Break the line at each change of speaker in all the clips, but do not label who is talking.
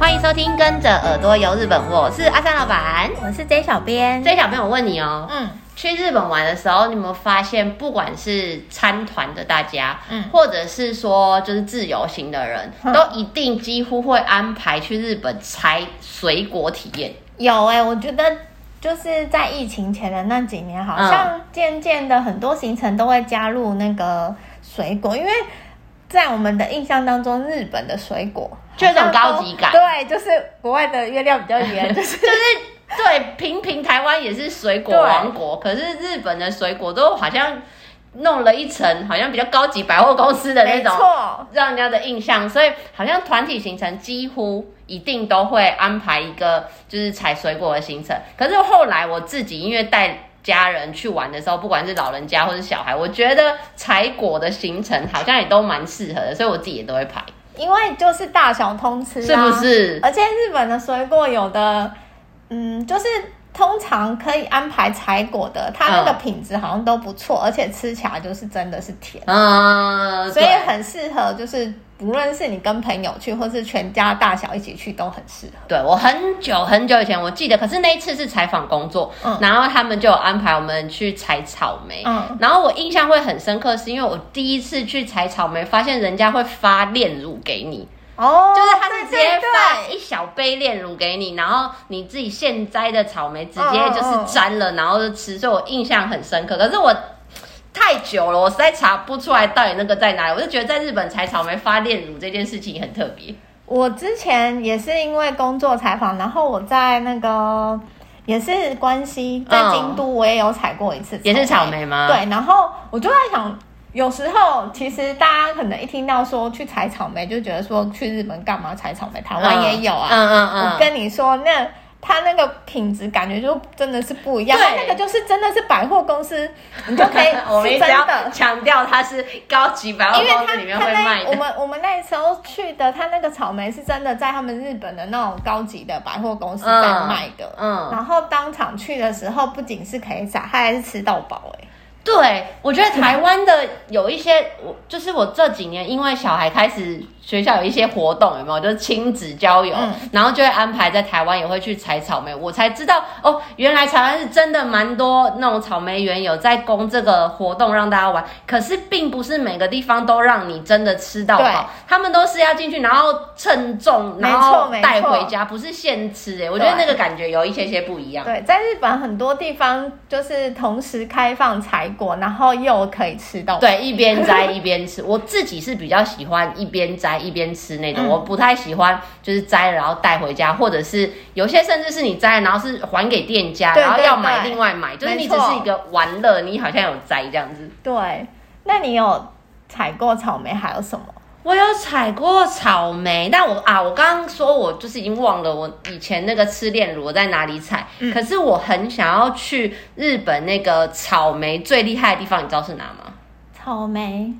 欢迎收听《跟着耳朵游日本》，我是阿三老板。
我是 J 小编，
这小朋友问你哦，
嗯
去日本玩的时候，你有没有发现，不管是参团的大家，
嗯
或者是说就是自由行的人，
嗯
都一定几乎会安排去日本采水果体 验。
有哎、我觉得就是在疫情前的那几年，好
嗯
像渐渐的很多行程都会加入那个水果，因为。在我们的印象当中，日本的水果
就有种
好像都
高级感
对，就是国外的月亮比 较圆，就是
就是对，平平台湾也是水果王国，可是日本的水果都好像弄了一层，好像比较高级百货公司的那
没
种，
错，
让人家的印象，所以好像团体行程几乎一定都会安排一个就是采水果的行程。可是后来我自己因为带家人去玩的时候，不管是老人家或是小孩，我觉得采果的行程好像也都蛮适合的，所以我自己也都会排，
因为就是大小通吃、啊，
是不？是？
而且日本的水果有的，嗯，就是通常可以安排采果的，它那个
嗯
品质好像都不错，而且吃起来就是真的是甜。
嗯，
所以
对
很适合，就是不论是你跟朋友去，或是全家大小一起去，都很适合。
对我很久很久以前我记得，可是那一次是采访工作，
嗯
然后他们就有安排我们去采草莓，
嗯
然后我印象会很深刻，是因为我第一次去采草莓，发现人家会发炼乳给你，
哦，
就是他是直接发
对
一小杯炼乳给你，然后你自己现摘的草莓直接
嗯嗯
就是沾了，然后就吃，所以我印象很深刻。可是我太久了，我实在查不出来到底那个在哪里，我就觉得在日本采草莓发炼乳这件事情很特别。
我之前也是因为工作采访，然后我在那个也是关西，在京都我也有采过一次，
嗯也是草。莓吗？，
对，然后我就在想。有时候，其实大家可能一听到说去采草莓，就觉得说去日本干嘛采草莓？台湾也有啊，
嗯嗯嗯，
我跟你说，那它那个品质感觉就真的是不一样，
对
它那个就是真的是百货公司，你就 可以
我们一
是
直
真
要
的。
强调它是高级百货
因为
公
它
司里面
它
会卖
那我
的。
们我们那时候去的，它那个草莓是真的在他们日本的那种高级的百货公司在卖的。
嗯嗯
然后当场去的时候，不仅是可以撒，它还是吃到饱哎、
对，我觉得台湾的有一些，我就是我这几年因为小孩开始学校有一些活动，有没有？就是亲子郊游，
嗯
然后就会安排在台湾也会去采草莓，我才知道哦，原来台湾是真的蛮多那种草莓园有在供这个活动让大家玩，可是并不是每个地方都让你真的吃到
对
饱，他们都是要进去然后称重，然
没错
后
没错
带回家，不是现吃、欸。我觉得那个感觉有一些些不一样。
对，在日本很多地方就是同时开放采果，然后又可以吃到饱。
对，一边摘一边吃。我自己是比较喜欢一边摘一边吃那种，
嗯
我不太喜欢就是摘了然后带回家，或者是有些甚至是你摘了然后是还给店家，
对
然后
对
要买
对
另外买，就是你
没
只
错
是一个玩乐，你好像有摘这样子。
对，那你有采过草莓还有什么？
我有采过草莓，但我啊，我刚刚说我就是已经忘了我以前那个吃炼乳我在哪里采，可是我很想要去日本那个草莓最厉害的地方，你知道是哪吗？
草莓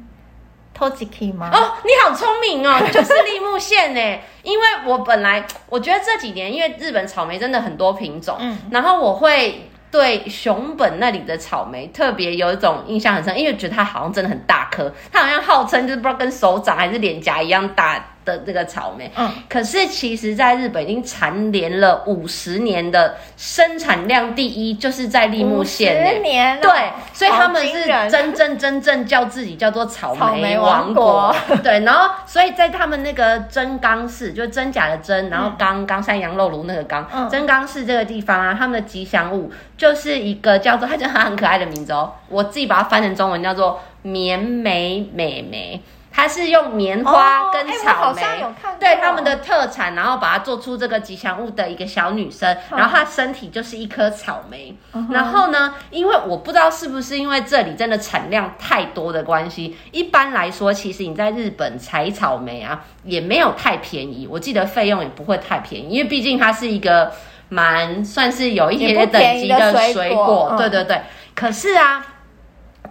t o j i k i 吗？
哦，你好聪明哦，就是立木县呢。因为我本来我觉得这几年，因为日本草莓真的很多品种，
嗯
然后我会对熊本那里的草莓特别有一种印象很深，因为觉得它好像真的很大颗，它好像号称就是不知道跟手掌还是脸颊一样大的那个草莓。
嗯，
可是其实，在日本已经蝉联了五十年的生产量第一，就是在立木欸县呢。
50年哦、
对，所以他们
好
是
惊人
真正真正叫自己叫做草
草
莓
莓
王
王
国
国。
对，然后所以在他们那个真冈市，就是真假的真，然后冈冈山羊肉炉那个冈，
嗯
真冈市这个地方啊，他们的吉祥物就是一个叫做，它就很可爱的名字哦，我自己把它翻成中文叫做棉梅美眉。它是用棉花
哦
跟
哎我
草
好
莓，
像有看过
对他们的特产，然后把它做出这个吉祥物的一个小女生，
嗯
然后她身体就是一颗草莓，
嗯哼
然后呢，因为我不知道是不是因为这里真的产量太多的关系，一般来说，其实你在日本采草莓啊，也没有太便宜，我记得费用也不会太便宜，因为毕竟它是一个蛮算是有一点点等级
也不便宜的
水
水果嗯
对对对。可是啊，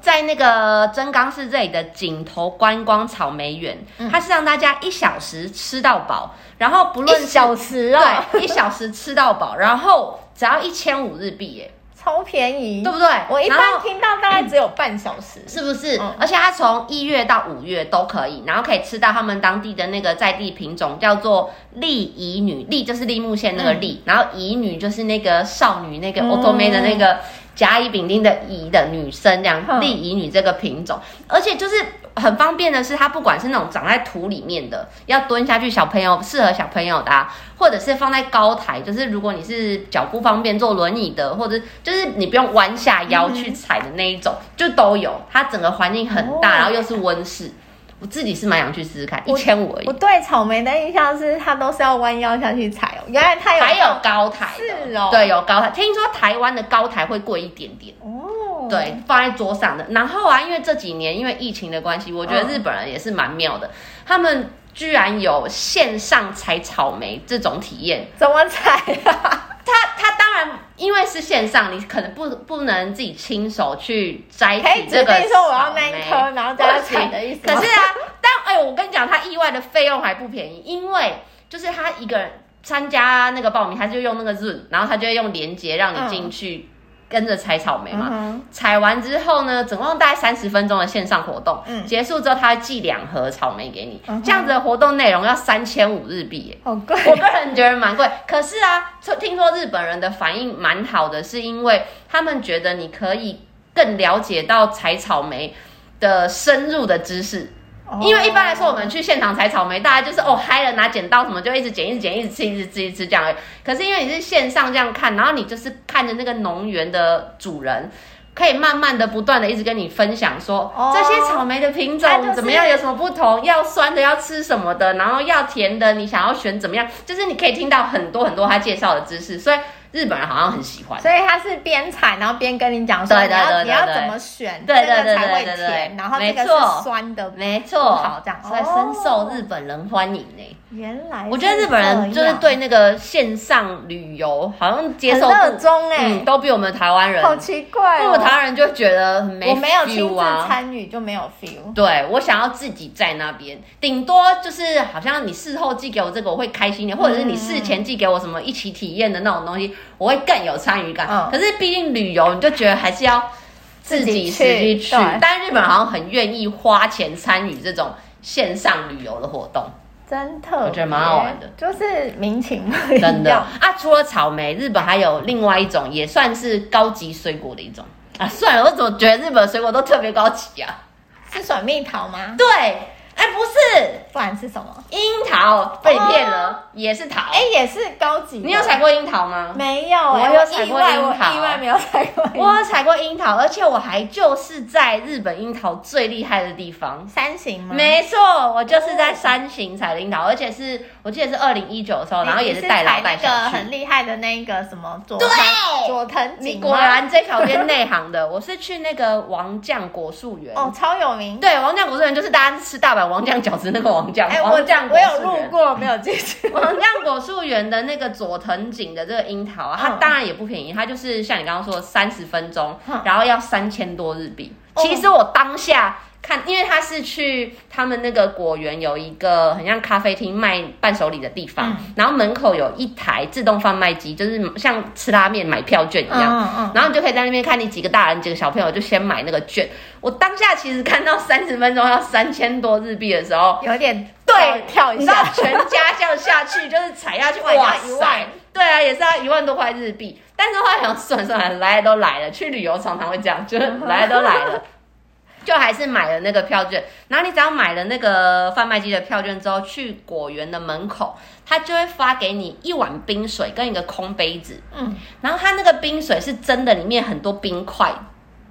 在那个真冈市这里的井头观光草莓园，
嗯
它是让大家一小时吃到饱，然后不论
一
是
小时哦，
对，一小时吃到饱，然后只要一千五日币耶。
超便宜，
对不对？
我一
然
般
后
听到大概只有半小时，
是不是？
嗯
而且它从一月到五月都可以，然后可以吃到他们当地的那个在地品种，叫做栗乙女，栗就是栗木县那个栗，然后乙女就是那个少女那个
嗯
o t o m a 的那个甲乙丙丁的乙的女生这样，
嗯
栗乙女这个品种，而且就是。很方便的是，它不管是那种长在土里面的，要蹲下去，小朋友适合小朋友的、啊，或者是放在高台，就是如果你是脚不方便坐轮椅的，或者就是你不用弯下腰去踩的那一种，就都有。它整个环境很大，
嗯哦
然后又是温室，我自己是蛮想去试试看，一
我
千五而已
我。对草莓的印象是它都是要弯腰下去采哦，原来它有
还有高台的，
是哦
对，有高台。听说台湾的高台会贵一点点，
哦，
对，放在桌上的。然后啊，因为这几年因为疫情的关系，我觉得
嗯
日本人也是蛮妙的，他们居然有线上采草莓这种体验。
怎么采啊？
他他当然因为是线上，你可能不不能自己亲手去摘
可以
取
指
这个
定说我要
草
那一
莓
颗，然后再要采的意思
可
吗。
是啊， 但哎、我跟你讲，他意外的费用还不便宜，因为就是他一个人参加那个报名，他就用那个 Zoom，然后他就会用连接让你进去、跟着采草莓
嗯
嘛。
哼，
采完之后呢，总共大概三十分钟的线上活动，
嗯
结束之后他会寄两盒草莓给你，
嗯哼
这样子的活动内容要三千五日币耶。
好贵，
我个人觉得蛮贵，可是啊，就听说日本人的反应蛮好的，是因为他们觉得你可以更了解到采草莓的深入的知识。
哦
因为一般来说，我们去现场采草莓，大家就是哦嗨了，拿剪刀什么就一直剪，一直剪，一直吃，一直吃，一直吃这样而已。可是因为你是线上这样看，然后你就是看着那个农园的主人。可以慢慢的、不断的一直跟你分享说，
哦
这些草莓的品
它就是
种怎么样，有什么不同，要酸的要吃什么的，然后要甜的你想要选怎么样，就是你可以听到很多很多他介绍的知识，所以日本人好像很喜欢。
所以它是边采，然后边跟你讲说
对对
你要
对对
你要
对
怎么选，
对对对
这个才会
对对对
甜，然后这个
没错
是酸的。
没错，
好这样
所以
哦
深受日本人欢迎呢、
原来
我觉得日本人就是对那个线上旅游好像
这
接
样
受
很热
度，
衷
嗯，
哎，
都比我们台湾人，
好奇怪
因为我
哦，
们台湾人就觉得很没
我没有亲
feel
自
啊。
参与就没有 feel。
对，我想要自己在那边，顶多就是好像你事后寄给我这个，我会开心一
嗯
点，或者是你事前寄给我什么一起体验的那种东西，我会更有参与感。
嗯
可是毕竟旅游，你就觉得还是要自己实
自己
际
去
去
对，
但日本人好像很愿意花钱参与这种线上旅游的活动。
真特别，
我觉得蛮好玩的，
就是民情不 一样
真的啊！除了草莓，日本还有另外一种，也算是高级水果的一种啊。算了，我怎么觉得日本的水果都特别高级啊？
是水蜜桃 吗？
对，哎、不是
不然是什么？
樱桃，被你骗了，也是桃。
哎、也是高级的。
你有采过樱桃吗？
没有、哎
我有采
意
过
外，
樱
我
桃
意外没有采过樱
我有采过樱桃，而且我还就是在日本樱桃最厉害的地方。
三型吗？
没错，我就是在山形采的樱桃，而且是我记得是二零一九的时候，
你，
然后也
你
是
是
带老
采
带
那
小
个
去。
很厉害的那一个什么佐
对
藤佐藤
你
景
果
吗
然这条边内行的，我 是去那个王将果树园
哦，超有名。
对，王酱果树园就是大家吃大阪王酱饺子那个王酱，
哎、我
王酱
我
果
有
树
路
园。
过，没有进去。
王酱果树园的那个佐藤井的这个樱桃啊，它
嗯
当然也不便宜，它就是像你刚刚说三十分钟
嗯，
然后要三千多日币。
哦
其实我当下看，因为他是去他们那个果园有一个很像咖啡厅卖伴手礼的地方，
嗯
然后门口有一台自动贩卖机，就是像吃拉面买票券一样，
嗯嗯，
然后你就可以在那边看你几个大人几个小朋友，就先买那个券。我当下其实看到三十分钟要三千多日币的时候，
有点
对
跳
你
一
知道，
下
全家这样下去就是踩下去，
哇
哇
一万
塞！对啊，也是要一万多块日币。但是后来想算算了，来了都来了，去旅游常常会这样，就是来了都来了。就还是买了那个票券，然后你只要买了那个贩卖机的票券之后，去果园的门口，他就会发给你一碗冰水跟一个空杯子，
嗯，
然后它那个冰水是真的，里面很多冰块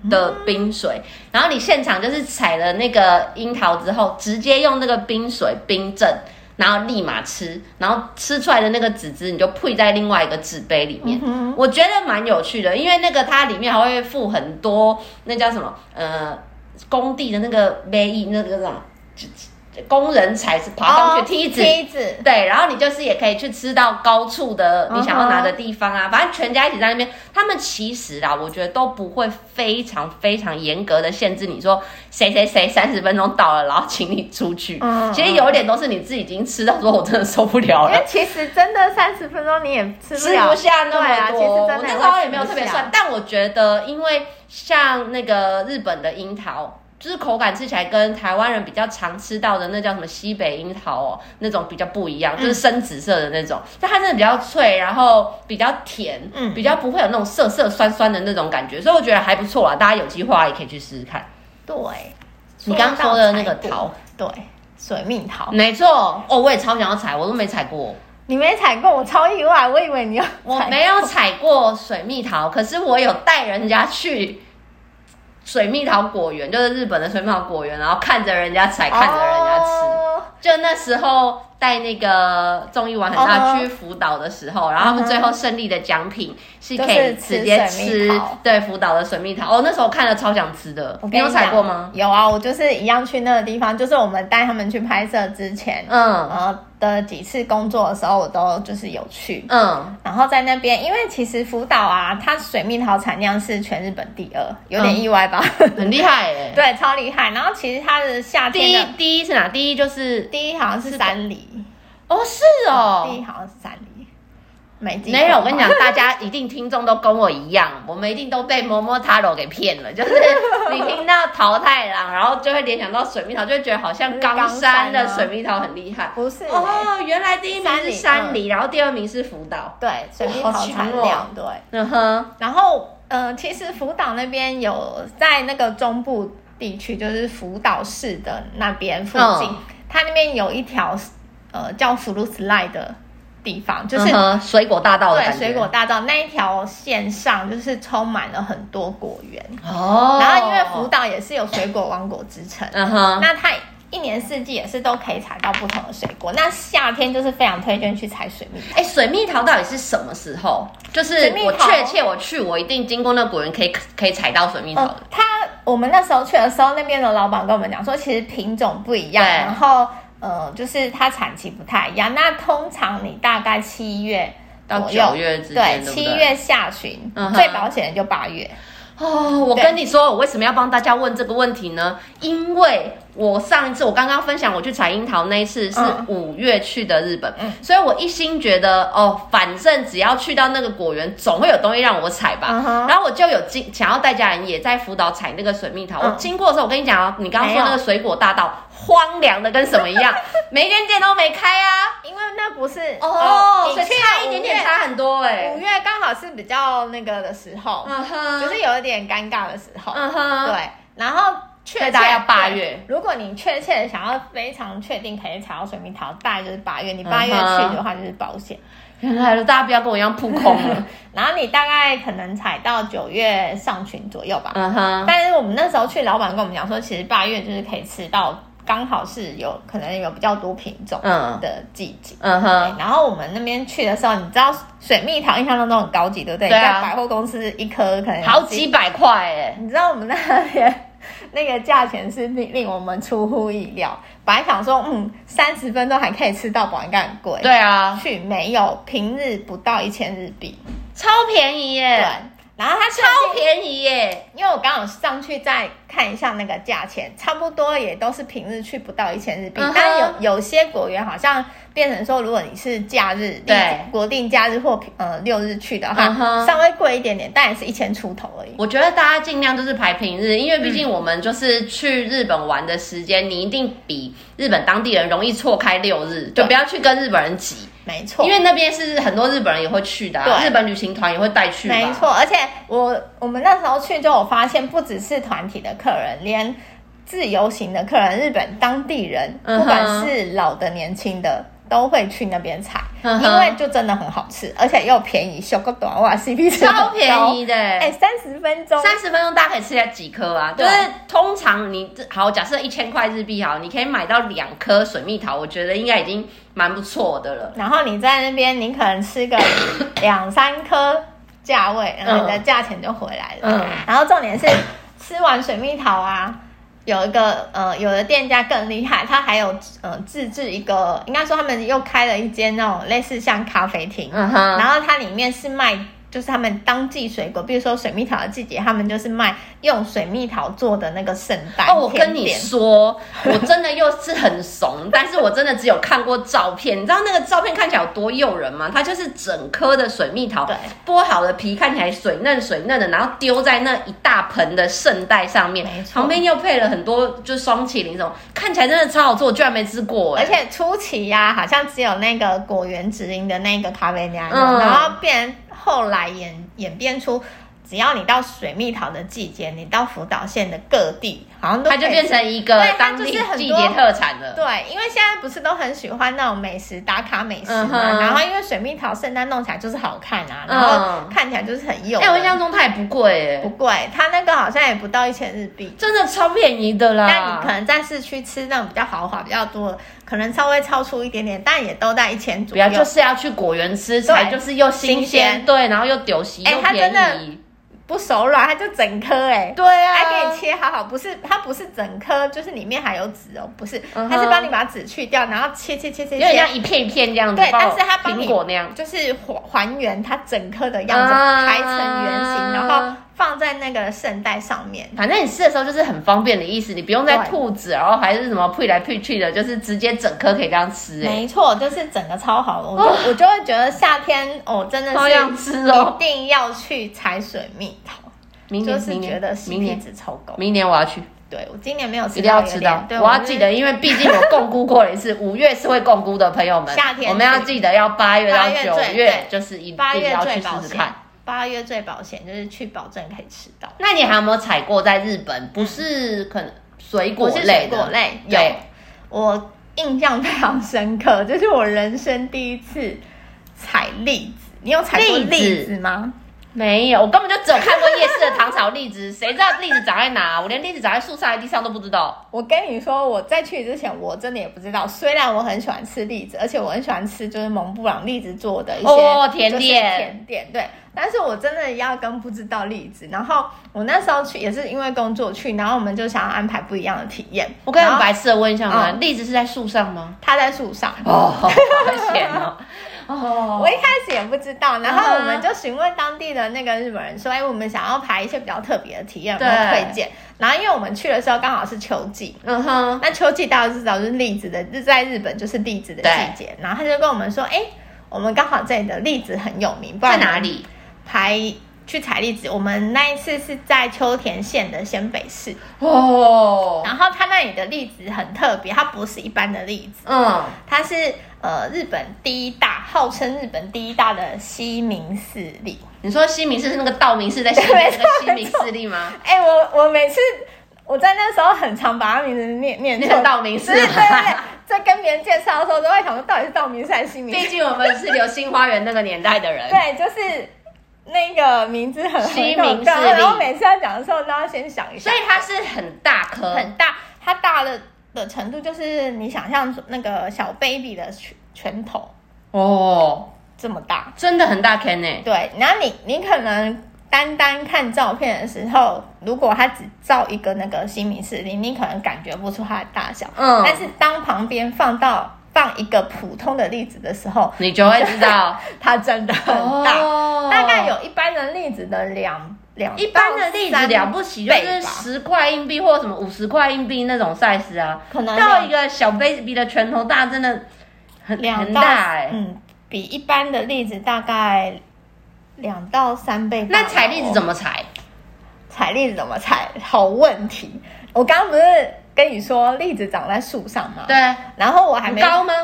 嗯
的冰水。然后你现场就是采了那个樱桃之后，直接用那个冰水冰镇，然后立马吃，然后吃出来的那个籽汁你就配在另外一个纸杯里面。
嗯
我觉得蛮有趣的，因为那个它里面还会附很多那叫什么呃工地的那个杯印那个什么。工人踩是爬上去
哦
梯子。
梯子，
对，然后你就是也可以去吃到高处的你想要
嗯
拿的地方啊，反正全家一起在那边，他们其实啊，我觉得都不会非常非常严格的限制你说谁谁谁三十分钟到了，然后请你出去。
嗯
其实有一点都是你自己已经吃到说我真的受不了
因为
了。
其实真的三十分钟你也吃不
吃
了，
不下那
对啊
么
其
多，
实真的
我那
也
时候
会
也没有
吃不
特别
下
算，但我觉得，因为像那个日本的樱桃，就是口感吃起来跟台湾人比较常吃到的那叫什么西北樱桃哦，那种比较不一样，就是
嗯
深紫色的那种，但它真的比较脆，然后比较甜，
嗯
比较不会有那种涩涩酸酸的那种感觉，所以我觉得还不错啊，大家有机会啊也可以去试试看。
对，
你刚刚说的那个桃，
说到柴果，对，水蜜桃，
没错哦，我也超想要采，我都没采过。
你没采过，我超意外，我以为你要，
我没有采过水蜜桃，可是我有带人家去水蜜桃果园，就是日本的水蜜桃果园，然后看着人家采，看着人家吃。
哦
就那时候带那个综艺玩很大
嗯哼
去福岛的时候，然后他们最后胜利的奖品是可
就
以
是哦吃
直接
水
吃
蜜桃
对福岛的水蜜桃。哦，那时候看了超想吃的
我，跟
你有
讲
采过吗？？
有啊，我就是一样去那个地方，就是我们带他们去拍摄之前，
嗯
呃的几次工作的时候，我都就是有去。
嗯，
然后在那边，因为其实福岛啊，它水蜜桃产量是全日本第二，有点意外吧？
很厉害哎、
对，超厉害。然后其实它的夏
第
天
一
的
第一是哪？第一就是
第一好像是山梨，
哦是哦，
第一好像是山梨，没记错
没有，我跟你 讲，大家一定听众都跟我一样，我们一定都被摸摸塔罗给骗了。就是 你听到桃太郎，然后就会联想到水蜜桃，就会觉得好像冈山的水蜜桃很厉害。嗯
不是、
哦，原来第一名是山梨，然后第二名是福岛。
对，水蜜
哇
桃
好强
产
哦
量、对。
嗯哼，
然后呃，其实福岛那边有在那个中部地区，就是福岛市的那边附近，
嗯
它那边有一条呃叫福禄斯赖的地方，就是、
嗯哼水果大道的
对
感觉。
水果大道那一条线上，就是充满了很多果园。
哦，
然后因为福，岛也是有水果王国之称，
嗯哼，
那它。一年四季也是都可以采到不同的水果，那夏天就是非常推荐去采水蜜桃。
哎，水蜜桃到底是什么时候？就是
水蜜
我
桃
确切我去，我一定经过那果园，可以可以采到水蜜桃
呃
的。，
他我们那时候去的时候，那边的老板跟我们讲说，其实品种不一样，
对
然后呃，就是它产期不太一样。那通常你大概七月
到
左右
九月之
对
间，对不对
七月下旬、
嗯哼
最保险的就八月。
哦，我
对
跟你说，我为什么要帮大家问这个问题呢？因为我上一次我刚刚分享我去采樱桃那一次是
嗯
五月去的日本，
嗯
所以我一心觉得哦，反正只要去到那个果园，总会有东西让我采吧。
嗯哼
然后我就有经想要带家人也在福岛采那个水蜜桃。
嗯
我经过的时候，我跟你讲哦，你刚刚说
没有
那个水果大道荒凉的跟什么一
哎
样，每一间店都没开啊。
因为那不是
哦，
你
所以
去
差
到
一
五
点点
月
差很多哎、
五月刚好是比较那个的时候，
嗯哼，
就是有一点尴尬的时候。
嗯哼，
对，然后确
所
切
以大概要八月。
如果你确切的想要非常确定可以采到水蜜桃，大概就是八月。你
嗯哼
八月去的话就是保险。
原来了，大家不要跟我一样扑空了。
然后你大概可能采到九月上旬左右吧。
嗯哼，
但是我们那时候去，老板跟我们讲说，其实八月就是可以吃到，刚好是有可能有比较多品种
嗯
的季节。
嗯
对
哼，
然后我们那边去的时候，你知道水蜜桃印象当中很高级，对不对？
对啊
在百货公司一颗可能有
好几。百块哎、
你知道我们那边 那个价钱是令令我们出乎意料，本来想说嗯三十分钟还可以吃到饱，应该很贵。，
对啊，
去没有，平日不到一千日币。
超便宜耶、
对，然后它最
超
近，
便宜耶、
因为我刚好上去再看一下那个价钱，差不多也都是平日去不到一千日币，
嗯哼
但有有些果园好像变成说，如果你是假日，
对
例国定假日或平呃六日去的话，
嗯哼
稍微贵一点点，但也是一千出头而已。
我觉得大家尽量就是排平日，因为毕竟我们就是去日本玩的时间，你一定比日本当地人容易错开六日，就
对
不要去跟日本人挤，
没错，
因为那边是很多日本人也会去的、啊，
对
日本旅行团也会带去，
没，错，而且我我们那时候去就有发现，不只是团体的客人，连自由行的客人，日本当地人，
嗯哼
不管是老的、年轻的，都会去那边采，
嗯哼
因为就真的很好吃，而且又便宜，修个短袜 CP 值
超
很高
便，宜的、
哎，三十分钟，
三十分钟大家可以吃下几颗啊？就
对
是通常你好，假设一千块日币好，你可以买到两颗水蜜桃，我觉得应该已经蛮不错的了。
然后你在那边，你可能吃个 嗯两三颗价位，然后你的价钱就回来了。
嗯
然后重点是吃完水蜜桃啊，有一个呃，有的店家更厉害，他还有呃自制一个，应该说他们又开了一间那种类似像咖啡厅，
嗯哼，
然后它里面是卖就是他们当季水果，比如说水蜜桃的季节，他们就是卖用水蜜桃做的那个圣诞
哦，我跟
甜
你
点
说，我真的又是很怂，但是我真的只有看过照片，你知道那个照片看起来有多诱人吗？它就是整颗的水蜜桃
对，
剥好的皮看起来水嫩水嫩的，然后丢在那一大盆的圣代上面
没，错
旁边又配了很多就是双麒麟什么，看起来真的超好吃，我居然没吃过哎、
而且初期呀、好像只有那个果园直营的那个咖啡店有，
嗯
然后变后来演演变出，只要你到水蜜桃的季节，你到福岛县的各地，好像都
它就
可以
变
吃
成一个
对它
当
就是
地
很多
季节特产了。
对，因为现在不是都很喜欢那种美食打卡美食
嗯
嘛，
哼
然后因为水蜜桃圣诞弄起来就是好看啊，
嗯
然后看起来就是很诱
哎、
人。
我印象中它也不贵哎、
不贵，它那个好像也不到一千日币。
真的超便宜的啦。
但你可能在市区吃那种比较豪华、比较多的，可能稍微超出一点点，但也都在一千
主
左右。
要就是要去果园吃才，
对
就是又新
新
鲜，
鲜
对，然后又丢席
哎
又
它
便
真的
宜，
不手软，它就整颗哎、
对啊，
还给你切好好，不是它不是整颗，就是里面还有籽哦，不是，
嗯哼
它是帮你把籽去掉，然后切切切切
有点
切，
像一片一片这样子，
对
爆
但是它帮
苹
你
果那样，
就是还还原它整颗的样子，
啊
裁成圆形，然后放在那个圣代上面。
反正你吃的时候就是很方便的意思，你不用再
对
吐籽，然后还是什么配来配去的，就是直接整颗可以这样吃、哎，
没错，就是整个超好的，我就我就会觉得夏天哦，真的
超哦
是
想吃
一
哦。
定要去采水蜜桃，
明
就
年，
是
明
觉得
年，明
CP
年，
值超高。
明年我要去，
对我今年没有吃，
一定要吃到，
对，
我要
就是
记得，因为毕竟我共估过了一次，五月是会共估的，朋友们，
夏天
我们要
去
记得要八月到
八月
九
最
月
对，
就是一
八
定
月
要去
最保
试试
险
看。，
八月最保险就是去保证可以吃到。
那你还有没有采过在日本不是可能水果
不是水
类的？
果类，有
对
我印象非常深刻， 就是我人生第一次采栗子。你有采过
栗子
栗子吗？
没有，我根本就只有看过夜市的糖炒栗子， 谁知道栗子长在哪？我连栗子长在树上、还是地上都不知道。
我跟你说，我在去之前我真的也不知道。虽然我很喜欢吃栗子，而且我很喜欢吃就是蒙布朗栗子做的一些
哦甜
就是
点
甜点对。但是我真的要跟不知道栗子。然后我那时候去也是因为工作去，然后我们就想要安排不一样的体验。
我可以
然
很
后
白痴的问一下吗？
嗯
栗子是在树上吗？
他在树上，
哦，好危险哦！哦，
我一开始也不知道，然
嗯
后我们就询问当地的那个日本人说：“哎、我们想要排一些比较特别的体验，有没有
对
推荐？”然后因为我们去的时候刚好是秋季，
嗯哼，
那秋季大家知道就是栗子的，日在日本就是栗子的季节。然后他就跟我们说：“哎、我们刚好这里的栗子很有名，不
在
然
哪？里？
排去采栗子。我们那一次是在秋田县的仙北市，
哦，
然后它那里的栗子很特别，它不是一般的栗子。”
嗯，
它是呃日本第一大，号称日本第一大的西明寺栗。
你说西明寺是那个道明寺在西明那
没错
个西明寺里吗？
哎、我我每次我在那时候很常把它名字念念
那
错
个，道明寺
对对 对，在跟别人介绍的时候都会想说到底是道明寺还是西 明
毕
寺？
竟我们是流星花园那个年代的人。
对，就是那个名字很
西明寺栗
很搞笑然后每次要讲的时候都要先想一下，
所以它是很大颗，
很大，它大了的程度就是你想象那个小 baby 的拳拳头
哦，
这么大，
真的很大坑呢。
对，然后你你可能单单看照片的时候，如果它只照一个那个西米士林，你可能感觉不出它的大小。
嗯
但是当旁边放到放一个普通的例子的时候，
你就会知道
它真的 很大，
哦
大概有一般的例子的两两
一般的例子了不起就
到三
是
倍吧
十块硬币或什么五十块硬币那种 size 啊，
可能
到一个小 baby 的拳头大，真的很
两
很
两到
大哎、
嗯，比一般的例子大概两到三倍大、
那踩栗子
么？
怎么踩？
采栗子怎么采？好问题。我刚刚不是跟你说栗子长在树上吗？
对，，啊
然后我啊还
很
没，
高吗？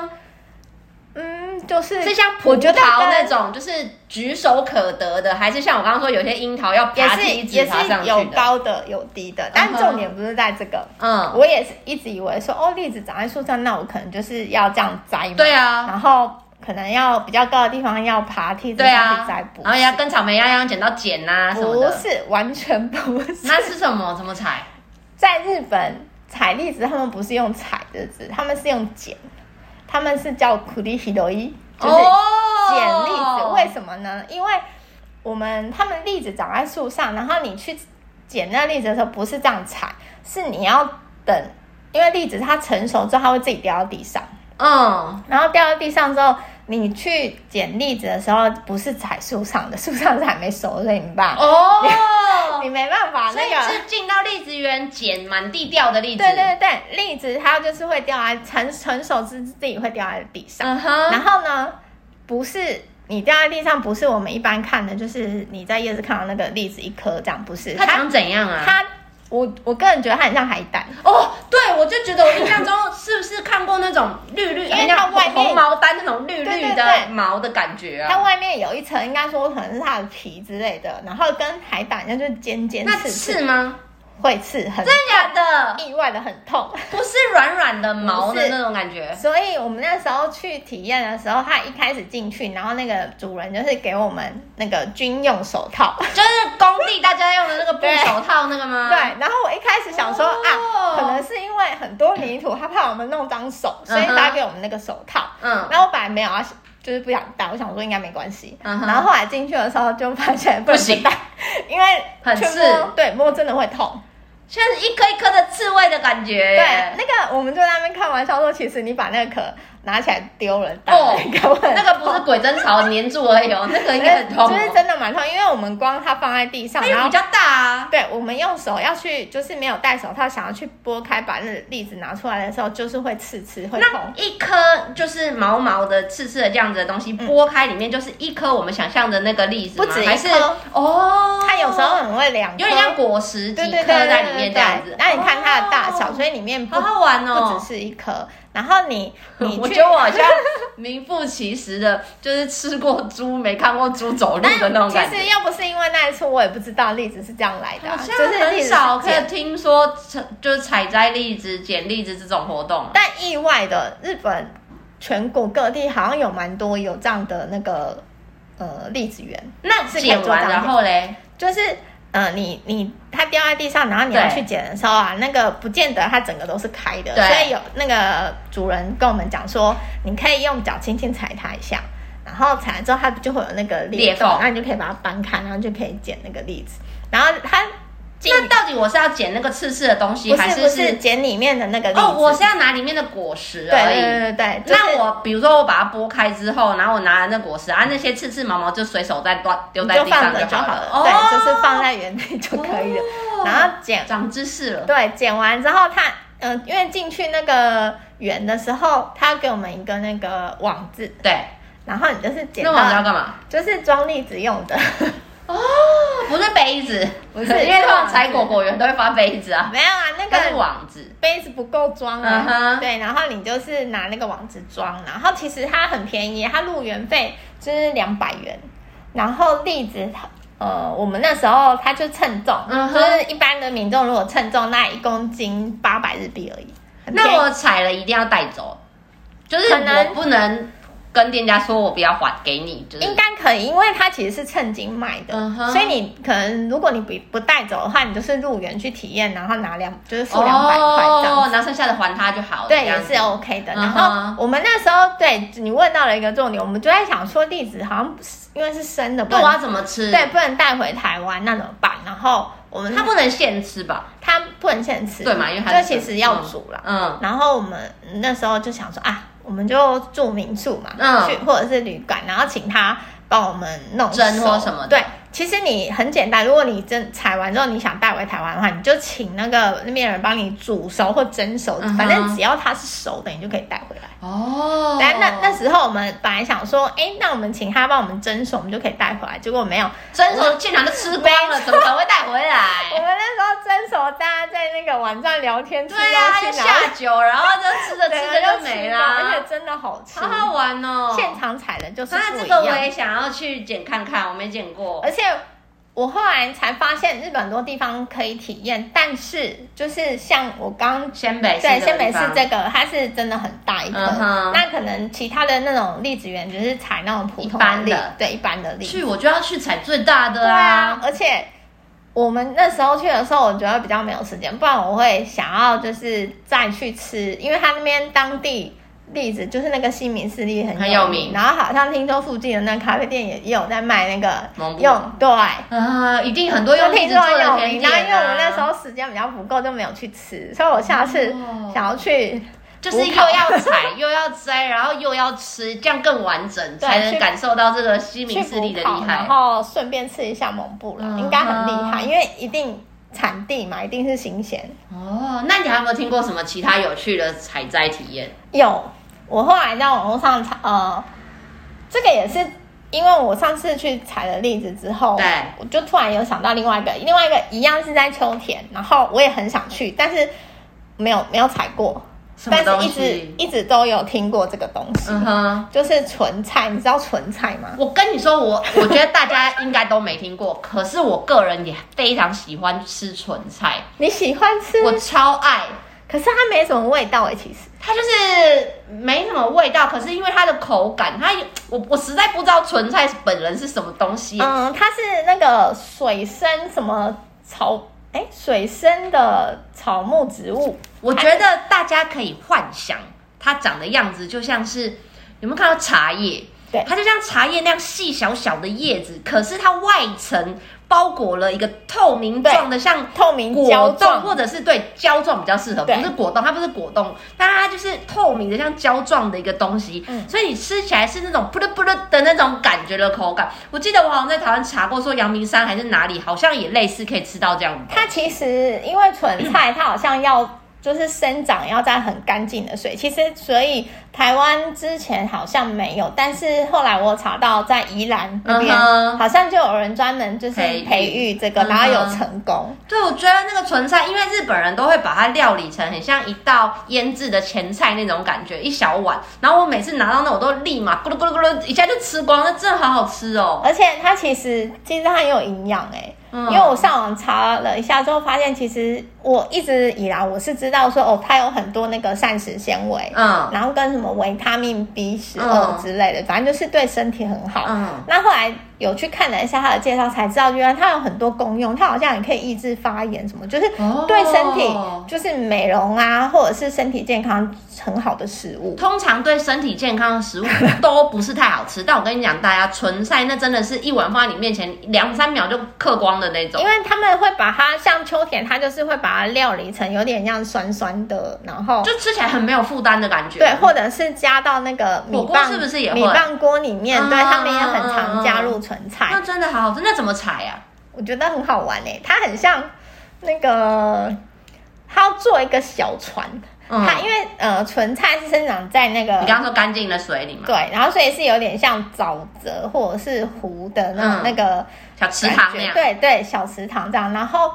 嗯，就是
是像葡
我觉
萄
得跟
那种，就是举手可得的，还是像我刚刚说有些樱桃要
也
爬
是
梯
也
子爬上
是
去的？
有高的有低的，但重点不是在这个。
嗯，
我也是一直以为说哦，栗子长在树上，那我可能就是要这样摘嘛。
对啊，
然后可能要比较高的地方要爬梯子
对
上
啊
去摘，不
然后也要跟草莓一样用剪刀剪呐、啊、什么
不
的。
是完全不是。
那是什么？怎么踩？
在日本采栗子，他们不是用采的字，他们是用剪，他们是叫苦力西罗伊，就是
哦
剪栗子。为什么呢？因为我们他们栗子长在树上，然后你去剪那栗子的时候，不是这样采，是你要等，因为栗子它成熟之后，它会自己掉到地上，
嗯，
然后掉到地上之后，你去捡栗子的时候，不是踩树上的，树上是还没熟，所以你爸、
哦，
你没办法
所
那
以
个。
是进到栗子园捡满地掉的栗子，
对对对，栗子它就是会掉在成成熟之自己会掉在地上，
嗯哼，
然后呢，不是你掉在地上，不是我们一般看的，就是你在夜市看到那个栗子一颗这样，不是
它
它
长怎样啊？
它，我我个人觉得它很像海胆，
哦，对，我就觉得我印象中是不是看过那种绿绿，
因为它
哎那
外面
红毛丹那种绿
对
绿
对对
的毛的感觉
它
啊？
外面有一层，应该说可能是它的皮之类的，然后跟海胆一样就是尖尖
那
刺
刺
刺，
吗？
会刺很
真的假的？
意外的很痛，
不是软软的毛
不
的
是
那种感觉，
所以我们那时候去体验的时候，它一开始进去，然后那个主人就是给我们那个军用手套。
就是工地大家用的那个布手套那个吗？
对，，然后我一开始想说、
哦
啊，可能是因为很多泥土，他怕我们弄脏手，所以
嗯哼
搭给我们那个手套。
嗯，
然后我本来没有要，就是不想戴，我想说应该没关系。
嗯哼
然后后来进去的时候就发现不
不
能
行
戴，因为
很
去摸
刺，
对，摸真的会痛。
像是一颗一颗的刺猬的感觉。
对，那个我们就在那边开玩笑说，其实你把那个壳拿起来丢了，打
哦
那个会
那个不是鬼针草粘住而已哦，那个应该很痛哦。
就是真的蛮痛，因为我们光它放在地上，
它
然
也
后
比较大啊。
对，我们用手要去，就是没有戴手套，想要去拨开把那栗子拿出来的时候，就是会刺刺，会
那
痛。
一颗就是毛毛的、刺刺的这样子的东西，剥开里面就是一颗我们想象的那个栗子吗？
嗯不止一颗
还是哦，
它有时候很会两颗，
有点像果实
对
几
对
颗
对对
在里面这样子
对对。那你看它的大小，
哦
所以里面不
好好玩
不
哦
只！是一颗。然后 你你
我
去
觉得我好像名副其实的，就是吃过猪没看过猪走路的 那种
其
感觉
实。要不是因为那一次，我也不知道栗子是这样来的啊、
好像
就是栗
很
子
少
是
可
这样
以听说，就是采摘栗子、捡栗子这种活动。
但意外的，日本全国各地好像有蛮多有这样的那个呃栗子园，
那
是可以
捡
做
完
照
然
片
后嘞，
就是呃，你你它掉在地上，然后你要
对
去捡的时候啊，那个不见得它整个都是开的，
对
所以有那个主人跟我们讲说，你可以用脚轻轻踩它一下，然后踩了之后它就会有那个
裂
缝
缝，
那你就可以把它搬开，然后就可以捡那个栗子，然后它进
那到底我是要捡那个刺刺的东西，
不
还
是不是捡里面的那个栗子，
哦，我是要拿里面的果实
对
而
对
已。
对对对，就是
那我比如说我把它剥开之后，然后我拿了那果实啊，那些刺刺毛毛就随手再丢丢
你
在
就
地
放
上
着就
好
好
了
了，。
哦
对，就是放在原地就可以了。然后剪，
长知识了。
对，剪完之后它，嗯、因为进去那个园的时候，它给我们一个那个网子，
对，
然后你就是剪
那网子要
到，
干嘛？啊
就是装栗子用的，
不是杯子，
不是
因为他们采
是网子
果果园都会发杯子啊，
没有啊，那
它是
个。
网子。
杯子不够装啊
嗯哼
对，然后你就是拿那个网子装，然后其实它很便宜，它入园费就是两百元，然后栗子它呃，我们那时候它就称重，
嗯哼
就是一般的民众如果称重，那一公斤八百日币而已，很便宜
那我采了一定要带走，就是
可能
我不能跟店家说我不要还给你，就是
应该可以，因为它其实是称斤卖的，
嗯哼
所以你可能如果你不不带走的话，你就是入园去体验，然后拿两就是付两百块这样
哦
子，
拿剩下的还他就好了。
对，
这样
也
子
是哦 OK 的。然
嗯哼
后我们那时候对你问到了一个重点，我们就在想说栗子好像不是因为是生的，不
对，我要
能
怎么吃？
对不能带回台湾，那怎么办？然后我们
它不能现吃吧？
它不能现吃，
对嘛，因为它
这
是
其实要煮啦。
嗯，
然后我们那时候就想说啊，我们就住民宿嘛，
嗯
去或者是旅馆，然后请他帮我们弄
蒸
熟
或什么的
对，其实你很简单，如果你真采完之后你想带回台湾的话，你就请那个那边人帮你煮熟或蒸熟，
嗯哼
反正只要它是熟的，你就可以带回来。
哦
但那那时候我们本来想说，哎，那我们请他帮我们蒸熟，我们就可以带回来。结果没有，
蒸熟现场都吃光了，怎么可能会带回
我
来？
们那时候蒸熟，大家在那个网站聊天，吃
对啊，
到
就
去哪里
下酒，然后就吃着吃
整个
着就
都
没
吃
了，
光而且真的好 吃，
好好玩哦。
现场采的就是
那
不
这
一
个我
样。哎
也想要去捡看看，我没捡过。
而且我后来才发现，日本很多地方可以体验，但是就是像我刚。
仙北
对，仙
北
北市这个它是真的很大一颗
嗯哼
那可能其他的那种栗子园就是采那种普通
一般
栗
的
对一般的栗子，
去我就要去采最大的
对啊
啊，，
而且我们那时候去的时候，我觉得比较没有时间，不然我会想要就是再去吃，因为他那边当地栗子，就是那个西米士栗很
很有
有
名
然后好像听说附近的那咖啡店也也有在卖那个
蒙布
用对。
啊，一定很多用
就
栗
听
子
说
做
很有
的甜
名，
点、啊。
然后因为我们那时候时间比较不够，就没有去吃，所以我下次
哦
想要去
就是又要采又要摘，然后又要吃，这样更完整，才能
去
感受到这个西
去
敏势力
补
的
考，
厉
然
害。
后顺便吃一下蒙布了，
嗯
应该很厉害，因为一定产地嘛，一定是新鲜。
哦，那你还有没有听过什么其他有趣的采摘体验？
有，我后来在网络上查，呃，这个也是因为我上次去采了栗子之后，
对
我就突然有想到另外一个，另外一个一样是在秋田，然后我也很想去，但是没有没有采过，
嗯什么
但是
东
一直
西？
一直都有听过这个东西，
嗯哼，
就是纯菜，你知道纯菜吗？
我跟你说，我我觉得大家应该都没听过，可是我个人也非常喜欢吃纯菜，
你喜欢吃，
我超爱。
可是它没什么味道哎、其实。
它就是没什么味道，可是因为它的口感，它有我我实在不知道纯菜本人是什么东西。
嗯，它是那个水生什么草，哎、水生的草木植物，
我觉得大家可以幻想它长的样子，就像是有没有看到茶叶？
对
它就像茶叶那样细小小的叶子，可是它外层包裹了一个透明状的，像
透明胶
果冻或
状，
者是对胶状比较适合，不
对
是果冻，它不是果冻，但它就是透明的，像胶状的一个东西，
嗯
所以你吃起来是那种扑噜扑噜的那种感觉的口感。我记得我好像在台湾查过，说阳明山还是哪里，好像也类似可以吃到这样的。
它其实因为纯菜，它好像要就是生长要在很干净的水，其实所以台湾之前好像没有，但是后来我查到在宜兰那边、
嗯哼
好像就有人专门就是
培育
培育这个，
嗯哼
然后有成功，
对，我觉得那个纯菜，因为日本人都会把它料理成很像一道腌制的前菜那种感觉，一小碗。然后我每次拿到那，我都立马咕噜咕噜咕噜一下就吃光，那真的好好吃哦。
而且它其实其实它很有营养哎、
嗯
因为我上网查了一下之后，发现其实我一直以来我是知道说哦，它有很多那个膳食纤维，
嗯
然后跟什么维他命 B 十
嗯
二之类的，反正就是对身体很好。
嗯
那后来有去看了一下它的介绍，才知道原来它有很多功用，它好像也可以抑制发炎什么，就是
哦
对身体就是美容啊，或者是身体健康很好的食物。
通常对身体健康的食 物都不是太好吃，但我跟你讲，大家纯菜那真的是一碗放在你面前，两三秒就嗑光的那种
因。为他们会把它像秋田，它就是会把它料理成有点像酸酸的，然后
就吃起来很没有负担的感觉。
对，或者是加到那个米
火锅
棒
是不是也会
米棒锅里面？
嗯
对，他们也很
嗯嗯
常加入纯
那
菜，
真的好好吃。那怎么采啊呀、
我觉得很好玩诶、它很像那个，它要做一个小船，
嗯
它因为呃纯菜是生长在那
你
个。
刚刚说干净的水里嘛，
对，然后所以是有点像沼泽或者是湖的那种、
嗯
那个
小池塘那
感觉
样。
对对，小池塘这样。然后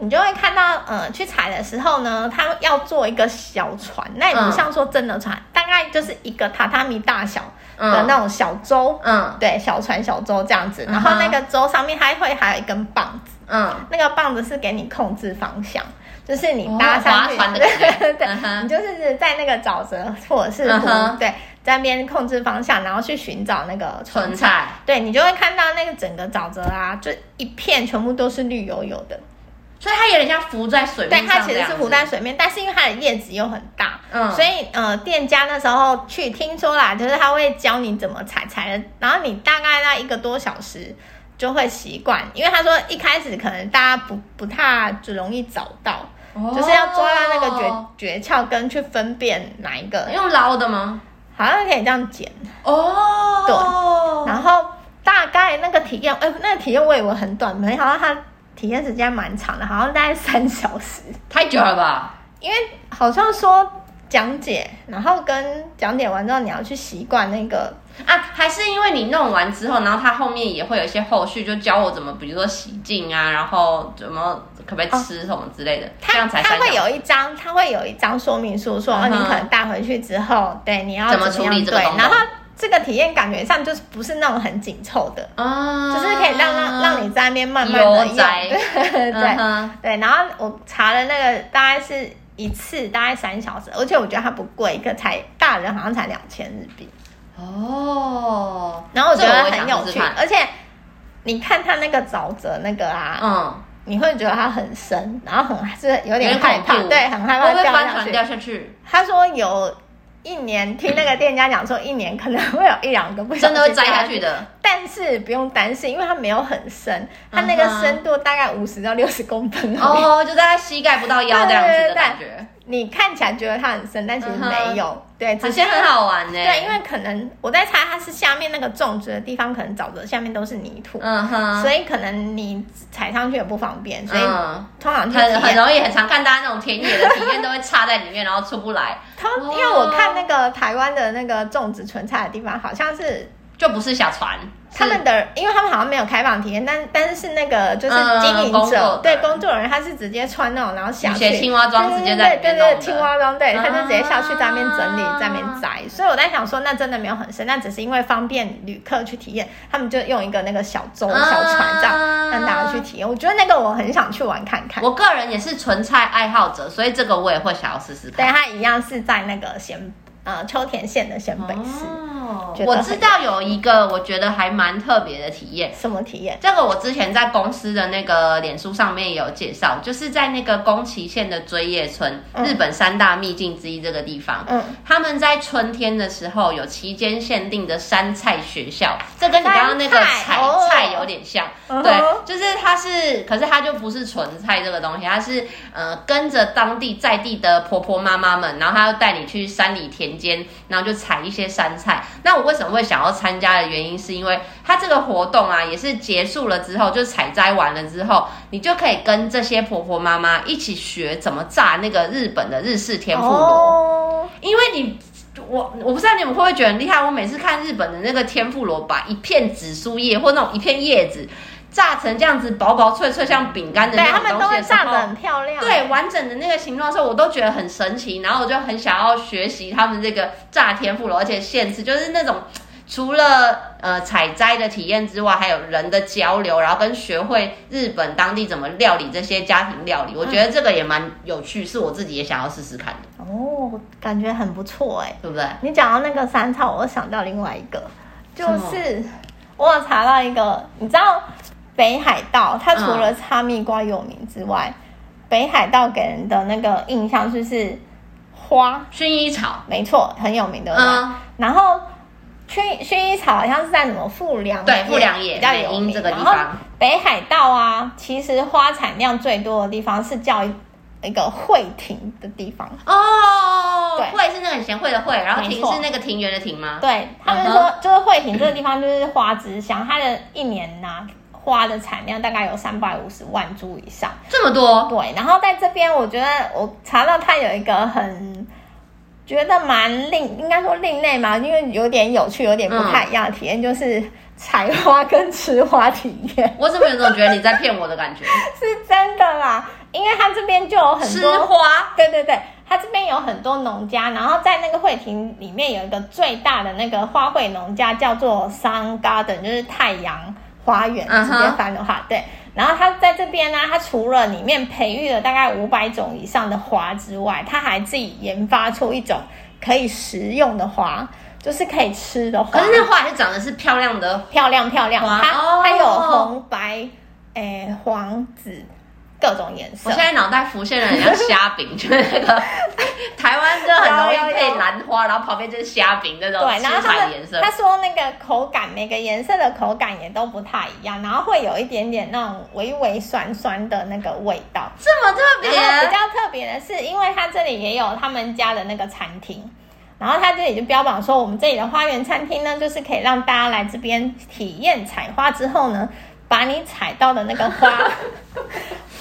你就会看到，呃，去采的时候呢，它要做一个小船，那也不
嗯
像说真的船，大概就是一个榻榻米大小的
嗯
那种小舟。
嗯
对，小船、小舟这样子，然后
嗯哼
那个舟上面还会还有一根棒子，
嗯，
那个棒子是给你控制方向，就是你搭
哦
上
划
去，
船的感觉
对对，
嗯哼
你就是在那个沼泽或者是
嗯
湖，
哼
对，在那边控制方向，然后去寻找那个
纯
船
菜。
对你就会看到那个整个沼泽啊，就一片全部都是绿油油的。
所以它有点像浮在水面
对，
上
它其实是浮在
水，
水面，但是因为它的叶子又很大，
嗯
所以呃，店家那时候去听说啦，就是他会教你怎么采，采了，然后你大概那一个多小时就会习惯，因为他说一开始可能大家不不太就容易找到，就是要抓到那个诀
哦
诀窍跟去分辨哪一个，
用捞的吗？
好像可以这样剪。
哦，对，
然后大概那个体验，哎、那个体验我以为很短，没想到它体验时间蛮长的，好像大概三小时。
太久了吧？
因为好像说讲解，然后跟讲解完之后，你要去习惯那个，
啊，还是因为你弄完之后，然后它后面也会有一些后续，就教我怎么，比如说洗净啊，然后怎么可不可以吃什么之类的，这
它
样才
它
三
会
小时
有一张，它会有一张说明书
嗯
说，哦、
哼
你可能带回去之后，对，你要
怎么
么样
处理这个
对
东，西
然后这个体验感觉上就是不是那种很紧凑的，
啊，
就是可以让让让你在那边慢慢的
悠
用，
哉
对对
嗯。哼
对，然后我查了那个大概是一次大概三小时，而且我觉得它不贵，一个才大人好像才两千日币，
哦，
然后我觉
这个
得
我也想
很有
试试
趣，
看
而且你看它那个沼泽那个啊，
嗯，
你会觉得它很深，然后很就是有
有
点
点
害
恐
怕，
怖
对，很害
会
怕
不会
掉
翻
下
船
去。
掉下去？
他说有一年听那个店家讲说，一年可能会有一两个不小
真
心
的会栽下去的。
但是不用担心，因为它没有很深，它那个深度大概五十到六十公分而已。
哦，就大概膝盖不到腰这样子的感觉，
你看起来觉得它很深，但其实没有。对，
好
只是
像嗯很好玩呢。
对，因为可能我在猜它是下面那个种植的地方，可能沼泽下面都是泥土，
嗯哼，
所以可能你踩上去也不方便，所以
嗯
通常去体
很
验
很容易，很常看大家那种田野的体验都会插在里面，然后出不 来，
他
哦
因为我看那个台湾的那个种植纯菜的地方，好像是
就不是小船，
他们的，因为他们好像没有开放体验，但但是是那个就是经营
嗯嗯工作
者、
的
对工作人员，他是直接穿那种然后下
有
去
些。青蛙装直接在里
对
面
对
弄的
对对，青蛙装，对，
啊
他就直接下去在那边整理，在那边摘，所以我在想说，那真的没有很深，那只是因为方便旅客去体验，他们就用一个那个小舟、
啊
小船这样让大家去体验。我觉得那个我很想去玩看看。
我个人也是纯菜爱好者，所以这个我也会想要试试
对，
看。
它一样是在那个咸呃秋田县的咸北市，
哦
觉得
我
很
知道有一个我觉得还蛮特别的体验，
什么体验？
这个我之前在公司的那个脸书上面也有介绍，就是在那个宫崎县的追叶村，
嗯
日本三大秘境之一这个地方。
嗯，
他们在春天的时候有期间限定的山菜学校，这跟你刚刚那个
山菜
采
哦
菜有点像。
嗯
对
哼，
就是它是，可是它就不是纯菜这个东西，它是呃跟着当地在地的婆婆妈妈们，然后她又带你去山里田间，然后就采一些山菜。那我为什么会想要参加的原因，是因为它这个活动啊，也是结束了之后，就采摘完了之后，你就可以跟这些婆婆妈妈一起学怎么炸那个日本的日式天妇罗。
哦，
因为你我我不知道你们会不会觉得很厉害，我每次看日本的那个天妇罗，把一片紫苏叶或那种一片叶子炸成这样子薄薄脆脆像饼干的
对
那
他们
种
都
东西的
会
时
炸
候
的。很漂亮。
对完整的那个形状的时候，我都觉得很神奇，然后我就很想要学习他们这个炸天妇罗，而且限制就是那种除了呃采摘的体验之外，还有人的交流，然后跟学会日本当地怎么料理这些家庭料理，我觉得这个也蛮有趣，是我自己也想要试试看的，
哦，感觉很不错哎。
对不对？
你讲到那个山草，我又想到另外一个，就
什么
是我有查到一个，你知道北海道它除
嗯
了哈密瓜有名之外，北海道给人的那个印象就是花，
薰衣草，
没错，很有名的。
嗯，
然后薰薰衣草好像是在什么富良野
呃对富良野
比较有
美瑛
名
这个地
然
方
后北海道啊，其实花产量最多的地方是叫一一个惠亭的地方。
哦
对，
会是那个很贤惠的惠，然后
没
庭
错
是那个庭园的庭吗？
对他
嗯
们
哼
说， 就是惠亭这个地方就是花之乡，它的一年呐、花的产量大概有三百五十万株以上。
这么多，
对，然后在这边，我觉得我查到它有一个很觉得蛮另，应该说另类嘛，因为有点有趣，有点不太一样的体验，就是采花跟吃花体验
我怎么有种觉得你在骗我的感 觉？
是真的啦，因为它这边就有很
吃
多，
花，
对对对。它这边有很多农家，然后在那个惠亭里面有一个最大的那个花卉农家叫做 Sun Garden，就是太阳花园，
嗯
直
哼
接翻的话，对。然后它在这边呢，它除了里面培育了大概五百种以上的花之外，它还自己研发出一种可以食用的花，就是可以吃的花
可是。那花还是长得是漂亮的，
漂亮漂亮，
哇
它、
哦
它有红白、诶、黄紫各种颜
我
色
现。在脑袋浮现了很像虾饼， 就是那个台湾就很容易配兰花，然后旁边就是虾饼那种
对，
七
然后他
彩
们
颜色
他。说那个口感，每个颜色的口感也都不太一样，然后会有一点点那种微微酸酸的那个味道。
这么特别，啊
然后比较特别的是，因为它这里也有他们家的那个餐厅，然后它这里就标榜说，我们这里的花园餐厅呢，就是可以让大家来这边体验采花之后呢，把你采到的那个花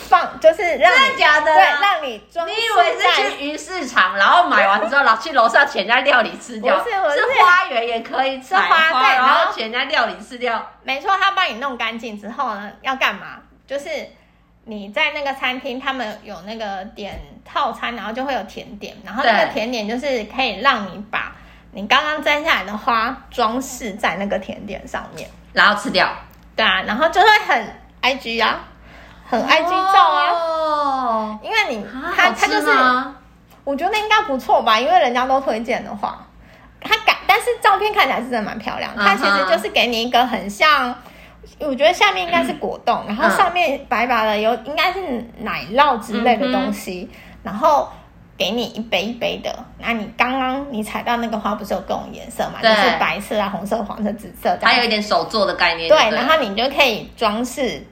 放，就是让
真的
你
假的
对，
啊？
让你装
你
饰
以为
在
是去鱼市场，然后买完之后，然后去楼上请人家料理吃掉？
不是我是
花园也可以采
花
花，
哦对
然
然后
后请人家料理吃掉。
没错，他帮你弄干净之后呢，要干嘛？就是你在那个餐厅，他们有那个点套餐，然后就会有甜点，然后那个
对
甜点就是可以让你把你刚刚摘下来的花装饰在那个甜点上面，
然后吃掉。
对啊，然后就会很 IG 啊，很 IG 照啊，
哦，
因为你
啊
它
好
它
吃
就是
吗
我觉得应该不错吧，因为人家都推荐的话，它感，但是照片看起来是真的蛮漂亮。
嗯哼
它其实就是给你一个很像，我觉得下面应该是果冻，
嗯
然
嗯
后上面白白的有应该是奶酪之类的东西，然后给你一杯一杯的。那你刚刚你采到那个花不是有各种颜色嘛？就
对
是白色啊、红色、黄色、紫色这样。
还有一点手做的概念就
对，
了
然后你就可以装饰，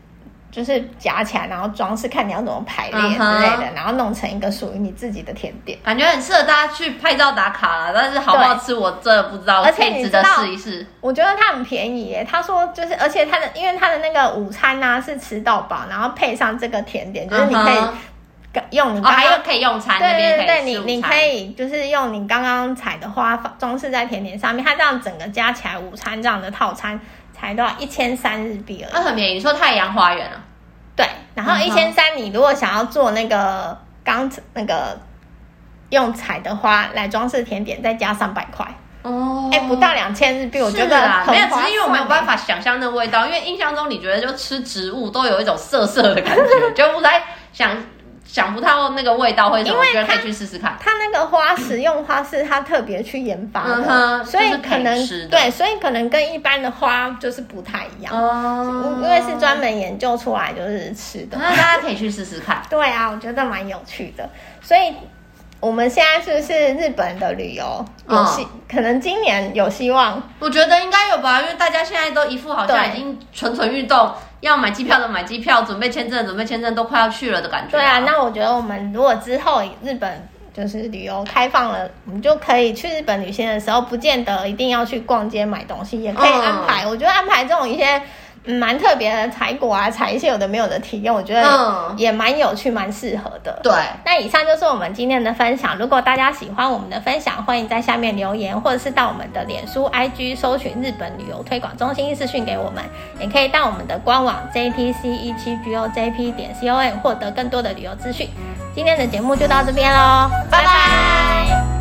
就是夹起来，然后装饰，看你要怎么排列之类
嗯哼
的然后弄成一个属于你自己的甜点。
感觉很适合大家去拍照打卡啦，但是好不好吃我真的不知道，
而且
可以
你
值得
知道
试一试。
我觉得它很便宜耶，他说就是，而且它的因为它的那个午餐呢、是吃到饱，然后配上这个甜点，就是你可以
嗯哼
跟用你
哦，
刚
还有
刚。
可以用餐那
对
边可以
对对，
吃
你
午
你
餐
可以就是用你刚刚采的花放装饰在甜点上面，它这样整个加起来午餐这样的套餐才多少一千三日币而已。
那很便宜。你说太阳花园啊？
对，然后
嗯嗯哼
一千三，你如果想要做那个刚那个用彩的花来装饰甜点，再加上百块，
哦
哎、不到两千日币，我觉
是
得
啦，
很
没有，
划
只是因为我没有
算
办
欸
法想象那个味道，因为印象中你觉得就吃植物都有一种涩涩的感 觉，就不太想想不到那个味道会什么，
因为
我觉得可以
它
去试试看。
它那个花食用花是它特别去研发的，
嗯哼
所以
就是可以
可能
吃的
对，所以可能跟一般的花就是不太一样，
哦
因为是专门研究出来就是吃的。
那大家可以去试试看。
对啊，我觉得蛮有趣的。所以我们现在是不是日本的旅游有希、
嗯
可能今年有希望
我觉得应该有吧，因为大家现在都一副好像已
对
经蠢蠢欲动，要买机票的买机票，准备签证的准备签证，都快要去了的感觉、
对啊，那我觉得我们如果之后日本就是旅游开放了，我们就可以去日本旅行的时候，不见得一定要去逛街买东西，也可以
嗯
安排。我觉得安排这种一些。嗯蛮特别的采果啊，采一些有的没有的体验，我觉得
嗯
也蛮有趣，蛮适合的。
对，
那以上就是我们今天的分享。如果大家喜欢我们的分享，欢迎在下面留言，或者是到我们的脸书、IG 搜寻日本旅游推广中心私讯给我们，也可以到我们的官网 JTC 一七 GOJP 点 COM 获得更多的旅游资讯。今天的节目就到这边喽，拜拜